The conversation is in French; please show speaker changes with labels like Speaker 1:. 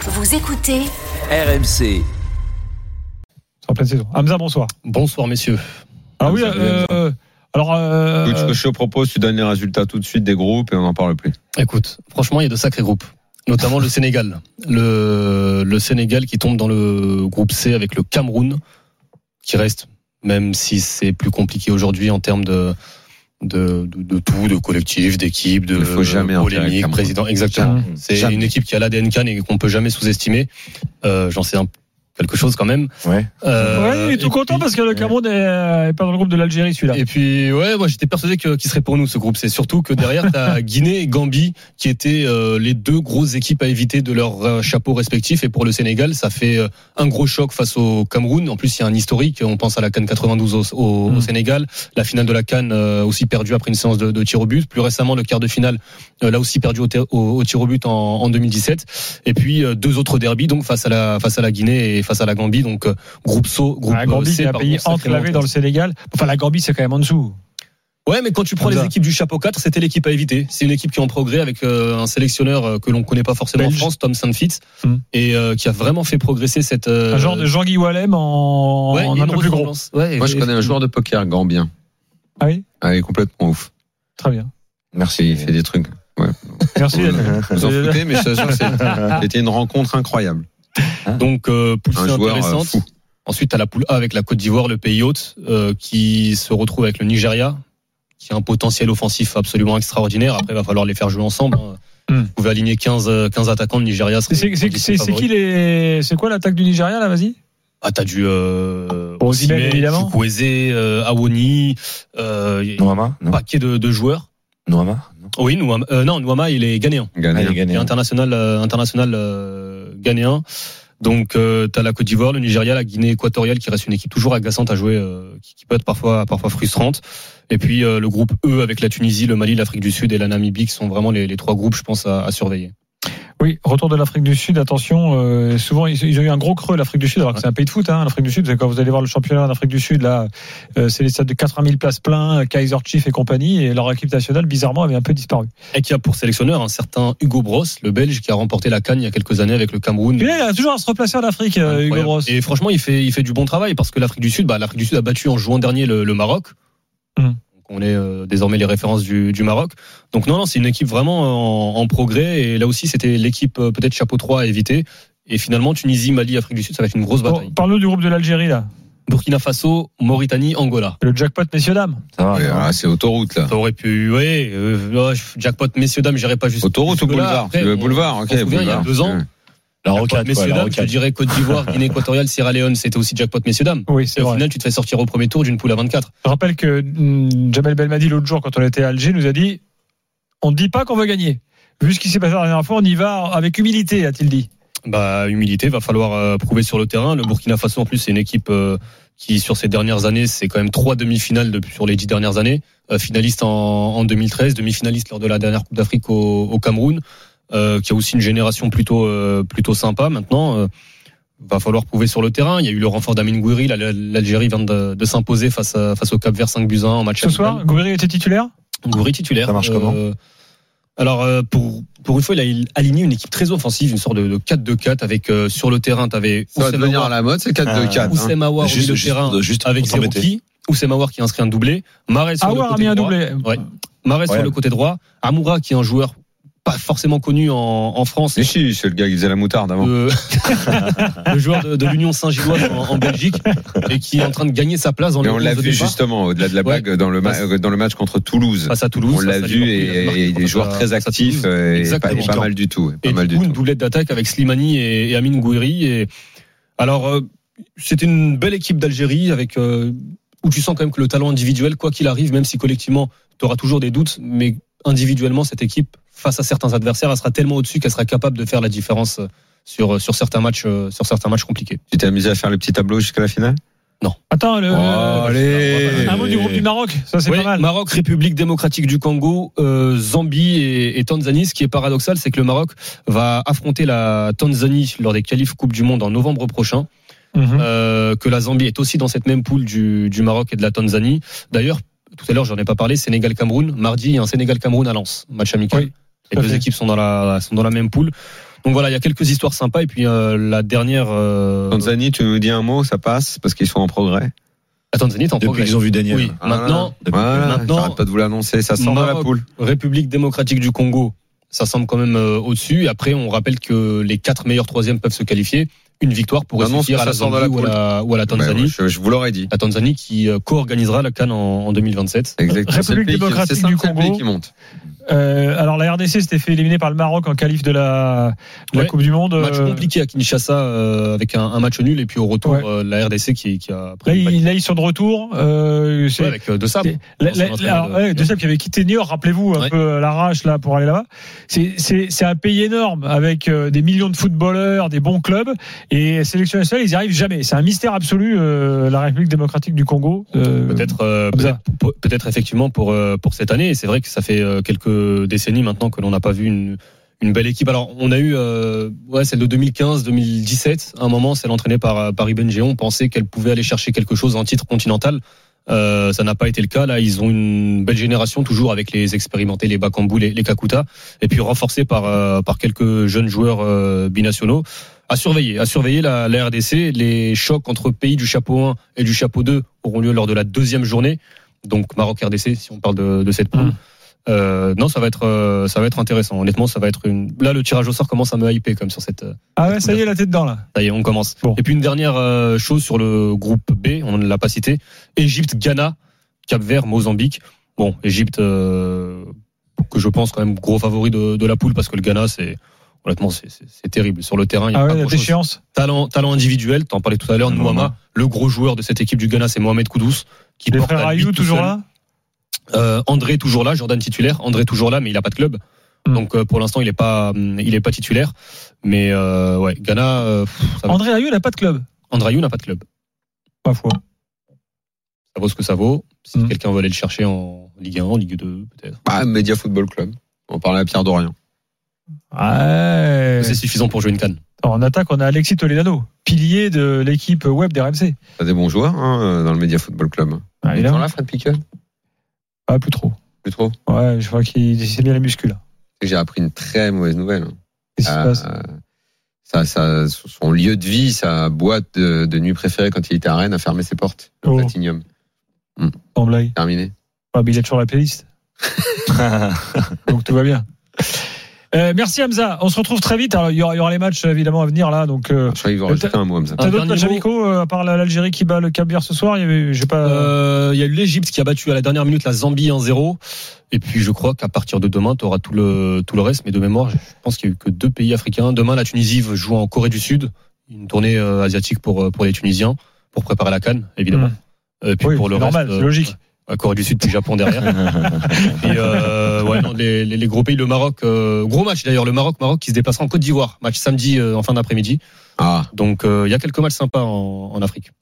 Speaker 1: Vous écoutez
Speaker 2: RMC.
Speaker 3: en pleine saison. Hamza, bonsoir.
Speaker 4: Bonsoir messieurs.
Speaker 3: Ah oui,
Speaker 5: Hamza,
Speaker 3: euh, alors. euh,
Speaker 5: Écoute, ce que je te propose, tu donnes les résultats tout de suite des groupes et on n'en parle plus.
Speaker 4: Écoute, franchement, il y a de sacrés groupes. Notamment le Sénégal. Le, le Sénégal qui tombe dans le groupe C avec le Cameroun, qui reste, même si c'est plus compliqué aujourd'hui en termes de, de, de, de tout, de collectif, d'équipe, de
Speaker 5: Il faut jamais enterrer le
Speaker 4: Euh, polémique,
Speaker 5: Cameroun.
Speaker 4: président. Exactement.
Speaker 3: tiens,
Speaker 4: C'est
Speaker 5: Jamais.
Speaker 4: une équipe qui a l'ADN Cannes et qu'on peut jamais sous-estimer. Euh, J'en sais un- quelque chose quand même.
Speaker 6: Ouais.
Speaker 3: ouais,
Speaker 4: Euh,
Speaker 3: il est tout
Speaker 4: et
Speaker 3: content
Speaker 4: puis-
Speaker 3: parce que le Cameroun n'est pas dans le groupe de l'Algérie, celui-là.
Speaker 4: Et puis, ouais, moi j'étais persuadé que- qu'il serait pour nous ce groupe. C'est surtout que derrière, t'as Guinée et Gambie qui étaient euh, les deux grosses équipes à éviter de leur euh, chapeau respectif. Et pour le Sénégal, ça fait euh, un gros choc face au Cameroun. En plus, il y a un historique. On pense à la Cannes 92 au, au- au
Speaker 3: Mm.
Speaker 4: Sénégal. La finale de la Cannes euh, aussi perdue après une séance de, de tir au but. Plus récemment, le quart de finale, euh, là aussi perdu au, ter- au- au tir au but en, en 2017. Et puis, euh, deux autres derbies, donc face à, la, face à la Guinée et face à la Gambie. Donc, euh, groupe So, groupe
Speaker 3: La Ah, Gambie,
Speaker 4: euh,
Speaker 3: qui
Speaker 4: C,
Speaker 3: est un
Speaker 4: pardon,
Speaker 3: pays
Speaker 4: sacrément
Speaker 3: enclavé dans le Sénégal. Enfin, la Gambie, c'est quand même en dessous.
Speaker 4: Ouais, mais quand tu prends
Speaker 3: Hamza.
Speaker 4: les équipes du chapeau 4, c'était l'équipe à éviter. C'est une équipe qui est en progrès avec euh, un sélectionneur euh, que l'on connaît pas forcément
Speaker 3: Belge.
Speaker 4: en France, Tom Saintfitz,
Speaker 3: Hmm.
Speaker 4: et euh, qui a vraiment fait progresser cette. euh,
Speaker 3: Un genre de Jean-Guy Wallem en,
Speaker 4: ouais, il
Speaker 3: en
Speaker 4: y a
Speaker 3: un
Speaker 4: une
Speaker 3: peu plus gros.
Speaker 4: ressemblance. Ouais,
Speaker 5: Moi, je
Speaker 4: et-
Speaker 5: connais un joueur de poker gambien.
Speaker 3: Ah oui,
Speaker 5: Ah, Il est complètement ouf.
Speaker 3: très bien.
Speaker 5: Il
Speaker 6: Merci.
Speaker 5: fait des trucs.
Speaker 3: Merci. d'être venu.
Speaker 5: Vous en foutez, mais je te jure, c'est- c'était une rencontre incroyable.
Speaker 4: Donc euh, poussée
Speaker 5: Un joueur, euh,
Speaker 4: intéressante.
Speaker 5: fou.
Speaker 4: Ensuite, à la poule A avec la Côte d'Ivoire, le pays hôte, euh, qui se retrouve avec le Nigeria, qui a un potentiel offensif absolument extraordinaire. Après, il va falloir les faire jouer ensemble. hein.
Speaker 3: Hmm.
Speaker 4: Vous pouvez aligner 15, euh, 15 attaquants, le Nigeria
Speaker 3: C'est-
Speaker 4: serait.
Speaker 3: c'est- C'est c'est- c'est
Speaker 4: favori.
Speaker 3: qui les. C'est quoi l'attaque du Nigeria, là, vas-y
Speaker 4: Ah, t'as du euh,
Speaker 3: Bon, Osimhen,
Speaker 4: Osimhen,
Speaker 3: évidemment.
Speaker 4: Chukwueze, euh, Awoni, euh, y a un
Speaker 6: Noama Non.
Speaker 4: paquet de, de joueurs.
Speaker 6: Noama Non.
Speaker 4: Oui, Nouama, euh, non, Nouama, il est ghanéen.
Speaker 5: Gagné.
Speaker 6: Allez,
Speaker 4: Il
Speaker 6: gagnez.
Speaker 4: est international, euh, international euh, ghanéen. Donc, euh, t'as la Côte d'Ivoire, le Nigeria, la Guinée équatoriale, qui reste une équipe toujours agaçante à jouer, euh, qui, qui peut être parfois, parfois frustrante. Et puis, euh, le groupe E avec la Tunisie, le Mali, l'Afrique du Sud et la Namibie, qui sont vraiment les, les trois groupes, je pense, à, à surveiller.
Speaker 3: Oui, retour de l'Afrique du Sud, attention, euh, souvent ils, ils ont eu un gros creux l'Afrique du Sud, alors que c'est un pays de foot, hein, l'Afrique du Sud, c'est quand vous allez voir le championnat d'Afrique du Sud, là, euh, c'est les stades de 80 000 places pleins, euh, Kaiser Chiefs et compagnie, et leur équipe nationale, bizarrement, avait un peu disparu.
Speaker 4: Et qui a pour sélectionneur un certain Hugo Bros, le Belge, qui a remporté la Cannes il y a quelques années avec le Cameroun.
Speaker 3: Et là, il a toujours à se replacer en Afrique, euh, Hugo
Speaker 4: Incroyable.
Speaker 3: Bros.
Speaker 4: Et franchement, il fait, il fait du bon travail parce que l'Afrique du Sud, bah, l'Afrique du Sud a battu en juin dernier le, le Maroc.
Speaker 6: Mmh.
Speaker 3: Mm.
Speaker 4: Donc on est euh, désormais les références du, du Maroc. Donc non, non, c'est une équipe vraiment en, en progrès. Et là aussi, c'était l'équipe euh, peut-être chapeau 3 à éviter. Et finalement, Tunisie, Mali, Afrique du Sud, ça va être une
Speaker 6: Oh.
Speaker 4: grosse
Speaker 3: Bon,
Speaker 4: bataille.
Speaker 3: Parle-nous du groupe de l'Algérie, là,
Speaker 4: Burkina Faso, Mauritanie, Angola.
Speaker 3: le jackpot, messieurs, dames.
Speaker 6: Ça va.
Speaker 5: Ouais, alors là, ah, c'est autoroute, là.
Speaker 4: Ça aurait pu, ouais, euh, ouais, jackpot, messieurs, dames, j'irai pas juste.
Speaker 5: Autoroute ou
Speaker 4: jusque-là.
Speaker 5: boulevard
Speaker 4: Après,
Speaker 5: Tu veux
Speaker 4: on-
Speaker 5: boulevard,
Speaker 4: on
Speaker 5: ok.
Speaker 4: se souvient, il y a
Speaker 5: boulevard.
Speaker 4: deux ans,
Speaker 5: Ouais.
Speaker 6: La
Speaker 4: jackpot,
Speaker 6: rocade, quoi,
Speaker 4: messieurs,
Speaker 6: la
Speaker 4: dames, je
Speaker 6: rocade.
Speaker 4: dirais Côte d'Ivoire, Guinée équatoriale, Sierra Leone, c'était aussi jackpot, messieurs, dames.
Speaker 3: Oui,
Speaker 4: Et
Speaker 3: c'est
Speaker 4: au
Speaker 3: vrai.
Speaker 4: final, tu te fais sortir au premier tour d'une poule à 24.
Speaker 3: Je rappelle que hum, Jamel Belmadi, l'autre jour, quand on était à Alger, nous a dit, on ne dit pas qu'on veut gagner. Vu ce qui s'est passé la dernière fois, on y va avec humilité, a-t-il dit.
Speaker 4: Bah, humilité, va falloir euh, prouver sur le terrain. Le Burkina Faso, en plus, c'est une équipe euh, qui, sur ces dernières années, c'est quand même trois demi-finales depuis- sur les dix dernières années. Euh, finaliste en, en 2013, demi-finaliste lors de la dernière Coupe d'Afrique au, au Cameroun, euh, qui a aussi une génération plutôt euh, plutôt sympa. Maintenant, euh, va falloir prouver sur le terrain. Il y a eu le renfort d'Amin Gouiri. La- la- L'Algérie vient de, de s'imposer face à- face au Cap Vert 5 buts à 1 en match
Speaker 3: Ce
Speaker 4: amical.
Speaker 3: soir, Gouiri était titulaire
Speaker 4: Goury titulaire. euh,
Speaker 6: Ça marche comment
Speaker 4: Alors euh, pour pour une fois, il a aligné une équipe très offensive, une sorte de, de 4-2-4 avec euh, sur le terrain, t'avais
Speaker 5: Ça va devenir à
Speaker 4: Oussema
Speaker 5: la mode, c'est
Speaker 4: Ah.
Speaker 5: 4-2-4. hein.
Speaker 4: Ouar au
Speaker 7: Juste-
Speaker 4: milieu de
Speaker 7: juste-
Speaker 4: terrain
Speaker 7: juste
Speaker 4: avec
Speaker 7: pour t'embêter.
Speaker 4: Zerouki, Oussema Ouar qui a inscrit un doublé, Marais sur le
Speaker 3: Aouar a
Speaker 4: côté
Speaker 3: mis un
Speaker 4: droit,
Speaker 3: doublé.
Speaker 4: Ouais. Mahrez sur
Speaker 6: Ouais.
Speaker 4: le côté droit, Amoura qui est un joueur pas forcément connu en, en France,
Speaker 5: Mais si, c'est le gars qui faisait la moutarde avant.
Speaker 4: le, le joueur de, de l'Union Saint-Gilloise en, en Belgique et qui est en train de gagner sa place dans
Speaker 5: Mais
Speaker 4: le
Speaker 5: on
Speaker 4: 11
Speaker 5: l'a
Speaker 4: de
Speaker 5: vu
Speaker 4: départ
Speaker 5: justement, au-delà de la
Speaker 4: Ouais.
Speaker 5: blague, dans, le ma-
Speaker 4: Face-
Speaker 5: euh, dans le match contre Toulouse.
Speaker 4: face à Toulouse.
Speaker 5: on l'a
Speaker 4: face à
Speaker 5: vu
Speaker 4: Liverpool, il a marqué
Speaker 5: et, et des
Speaker 4: face
Speaker 5: joueurs
Speaker 4: à-
Speaker 5: très
Speaker 4: face à
Speaker 5: actifs
Speaker 4: Toulouse.
Speaker 5: euh, et pas,
Speaker 4: Exactement.
Speaker 5: et pas mal du tout. et Pas
Speaker 4: Et
Speaker 5: mal
Speaker 4: du
Speaker 5: du
Speaker 4: coup, une
Speaker 5: tout.
Speaker 4: doublette d'attaque avec Slimani et, et Amin Gouiri. Et, alors, euh, c'était une belle équipe d'Algérie avec euh, où tu sens quand même que le talent individuel, quoi qu'il arrive, même si collectivement, tu auras toujours des doutes, mais individuellement, cette équipe, face à certains adversaires, elle sera tellement au-dessus qu'elle sera capable de faire la différence euh, sur, sur, certains, matchs, euh, sur certains matchs compliqués.
Speaker 5: Tu t'es amusé à faire le petit tableau jusqu'à la finale
Speaker 3: Attends, le,
Speaker 7: allez.
Speaker 3: un mot du groupe du Maroc, ça c'est
Speaker 4: Ouais,
Speaker 3: pas mal.
Speaker 4: Maroc, République démocratique du Congo, euh, Zambie et, et Tanzanie. Ce qui est paradoxal, c'est que le Maroc va affronter la Tanzanie lors des qualifs Coupe du Monde en novembre prochain.
Speaker 3: Mhm.
Speaker 4: euh, que la Zambie est aussi dans cette même poule du, du Maroc et de la Tanzanie. D'ailleurs, tout à l'heure, j'en ai pas parlé, Sénégal-Cameroun. Mardi, il y a un Sénégal-Cameroun à Lens, match amical.
Speaker 3: Oui,
Speaker 4: Les
Speaker 3: tout à
Speaker 4: deux
Speaker 3: fait.
Speaker 4: équipes sont dans la, sont dans la même poule. Donc voilà, il y a quelques histoires sympas. Et puis euh, la dernière. euh,
Speaker 5: Tanzanie, tu nous dis un mot, ça passe parce qu'ils sont en progrès.
Speaker 4: la Tanzanie est en
Speaker 1: Depuis
Speaker 4: progrès.
Speaker 1: qu'ils ont vu Daniel.
Speaker 4: Oui,
Speaker 5: Ah,
Speaker 4: maintenant,
Speaker 5: Voilà,
Speaker 4: maintenant-
Speaker 5: j'arrête pas de vous l'annoncer, ça sort dans la
Speaker 4: Maroc,
Speaker 5: poule.
Speaker 4: République démocratique du Congo, ça semble quand même euh, au-dessus. Et après, on rappelle que les quatre meilleurs troisièmes peuvent se qualifier. Une victoire pourrait
Speaker 5: Annonce
Speaker 4: suffire
Speaker 5: que
Speaker 4: à la
Speaker 5: ça sort
Speaker 4: Zambie
Speaker 5: dans la
Speaker 4: ou, à la, ou à la
Speaker 5: Bah,
Speaker 4: Tanzanie.
Speaker 5: je, je vous l'aurais dit.
Speaker 4: La Tanzanie qui euh, co-organisera la Cannes en, en 2027.
Speaker 5: Exactement. C'est le
Speaker 3: République
Speaker 5: pays qui-
Speaker 3: démocratique
Speaker 5: c'est ça,
Speaker 3: du
Speaker 5: c'est le
Speaker 3: Congo.
Speaker 5: pays qui monte.
Speaker 3: Euh, alors la RDC s'était fait éliminer par le Maroc en qualif de la, de la
Speaker 4: Ouais.
Speaker 3: Coupe du Monde.
Speaker 4: Match
Speaker 3: Euh,
Speaker 4: compliqué à Kinshasa euh, avec un, un match nul et puis au retour
Speaker 3: Ouais.
Speaker 4: euh, la RDC qui, qui a
Speaker 3: Là,
Speaker 4: pris une
Speaker 3: ils, là, ils sont de retour. Euh,
Speaker 4: balle. Ouais,
Speaker 3: c'est-
Speaker 4: avec euh, deux sabres.
Speaker 3: c'est- la- la-
Speaker 4: entraîneur
Speaker 3: alors,
Speaker 4: de-
Speaker 3: ouais, De Sable qui avait quitté Niort, rappelez-vous, un
Speaker 4: Ouais.
Speaker 3: peu à l'arrache là pour aller là-bas. C'est- C'est c'est un pays énorme avec euh, des millions de footballeurs, des bons clubs et sélection nationale, ils n'y arrivent jamais. C'est un mystère absolu euh, la République démocratique du Congo. Euh,
Speaker 4: Peut-être, euh,
Speaker 3: Hamza.
Speaker 4: peut-être, peut- peut-être effectivement pour euh, pour cette année. Et c'est vrai que ça fait euh, quelques décennies maintenant que l'on n'a pas vu une une belle équipe. Alors on a eu euh, ouais celle de 2015, 2017. À un moment, celle entraînée par euh, par Ibn Géon, on pensait qu'elle pouvait aller chercher quelque chose en titre continental. Euh, ça n'a pas été le cas. Là, ils ont une belle génération toujours avec les expérimentés, les Bakambu, les, les Kakuta, et puis renforcés par euh, par quelques jeunes joueurs euh, binationaux. À surveiller, à surveiller la, la RDC. Les chocs entre pays du chapeau 1 et du chapeau 2 auront lieu lors de la deuxième journée. Donc Maroc-RDC, si on parle de, de cette poule.
Speaker 3: Mm.
Speaker 4: Euh, non, ça va être, euh, ça va être intéressant. Honnêtement, ça va être une. Là, le tirage au sort commence à me hyper comme sur cette. euh,
Speaker 3: ah ouais, ça y est, la tête dedans là.
Speaker 4: Ça y est, on commence.
Speaker 3: Bon.
Speaker 4: Et puis une dernière euh, chose sur le groupe B, on ne l'a pas cité. Égypte, Ghana, Cap-Vert, Mozambique. Bon, Égypte euh, que je pense quand même gros favori de, de la poule parce que le Ghana, c'est honnêtement c'est- c'est c'est terrible sur le terrain. Il y a
Speaker 3: Ah
Speaker 4: pas
Speaker 3: ouais, Ah la
Speaker 4: grand-chose
Speaker 3: déchéance.
Speaker 4: talent, talent individuel. T'en parlais tout à l'heure,
Speaker 5: Nouama.
Speaker 4: Nouama. Le gros joueur de cette équipe du Ghana, c'est Mohamed Koudous. Qui
Speaker 3: Les
Speaker 4: porte
Speaker 3: frères
Speaker 4: à lui
Speaker 3: Ayou
Speaker 4: tout
Speaker 3: toujours
Speaker 4: seul.
Speaker 3: là.
Speaker 4: Euh, André toujours là, Jordan titulaire. André toujours là, mais il a pas de club.
Speaker 3: Hmm.
Speaker 4: Donc euh, pour l'instant, il est pas, hum, il est pas titulaire. Mais euh, ouais, Ghana, euh, pff, ça va.
Speaker 3: André Ayou n'a pas de club.
Speaker 4: André Ayou n'a pas de club.
Speaker 3: Pas faux.
Speaker 4: Ça vaut ce que ça vaut. Si
Speaker 3: Hmm.
Speaker 4: quelqu'un veut aller le chercher en Ligue 1, en Ligue 2, peut-être.
Speaker 5: Bah, Media Football Club. On parlait à Pierre Dorian.
Speaker 3: Ouais.
Speaker 4: C'est suffisant pour jouer une canne.
Speaker 3: En attaque, on a Alexis Toledano, pilier de l'équipe web d'RMC.
Speaker 5: T'as des bons joueurs hein, dans le Media Football Club.
Speaker 3: Ah, il est
Speaker 5: Ils sont
Speaker 3: là
Speaker 5: là, Fred Piquet
Speaker 3: Ah, plus trop.
Speaker 5: Plus trop.
Speaker 3: Ouais, je crois qu'il s'est mis à la muscu là.
Speaker 5: J'ai appris une très mauvaise nouvelle.
Speaker 3: Qu'est-ce
Speaker 4: Ah.
Speaker 3: qui se
Speaker 5: Euh,
Speaker 3: passe
Speaker 5: ça, ça, son lieu de vie, sa boîte de, de nuit préférée quand il était à Rennes a fermé ses portes. Le
Speaker 3: Oh.
Speaker 5: Platinium,
Speaker 3: Sans blague.
Speaker 5: terminé.
Speaker 3: Ah, mais il a toujours la playlist. donc tout va bien. Euh, merci Hamza. On se retrouve très vite. Alors, il y aura, il y aura les matchs évidemment à venir là. Donc, euh,
Speaker 5: Je crois qu'il veut rajouter un mot comme ça.
Speaker 4: Un
Speaker 3: t'as d'autres
Speaker 4: dernier
Speaker 3: matchs
Speaker 4: mot.
Speaker 3: amicaux euh, à part la- l'Algérie qui bat le Cap Vert ce soir. Il y avait, j'ai pas.
Speaker 4: Euh, Il y a eu l'Égypte qui a battu à la dernière minute la Zambie en 0 Et puis je crois qu'à partir de demain, tu auras tout le, tout le reste. Mais de mémoire, je pense qu'il y a eu que deux pays africains. Demain, la Tunisie joue en Corée du Sud. Une tournée euh, asiatique pour, euh, pour les Tunisiens, pour préparer la Cannes, évidemment. Et puis
Speaker 3: Mmh. Oui,
Speaker 4: pour le
Speaker 3: c'est
Speaker 4: reste,
Speaker 3: normal, c'est
Speaker 4: euh,
Speaker 3: logique.
Speaker 4: ouais, Corée du Sud, puis Japon derrière. Et euh, ouais, non, les, les- les gros pays, le Maroc, euh, gros match d'ailleurs, le Maroc, Maroc qui se déplacera en Côte d'Ivoire, match samedi euh, en fin d'après-midi.
Speaker 5: Ah,
Speaker 4: Donc euh, il y a quelques matchs sympas en, en Afrique.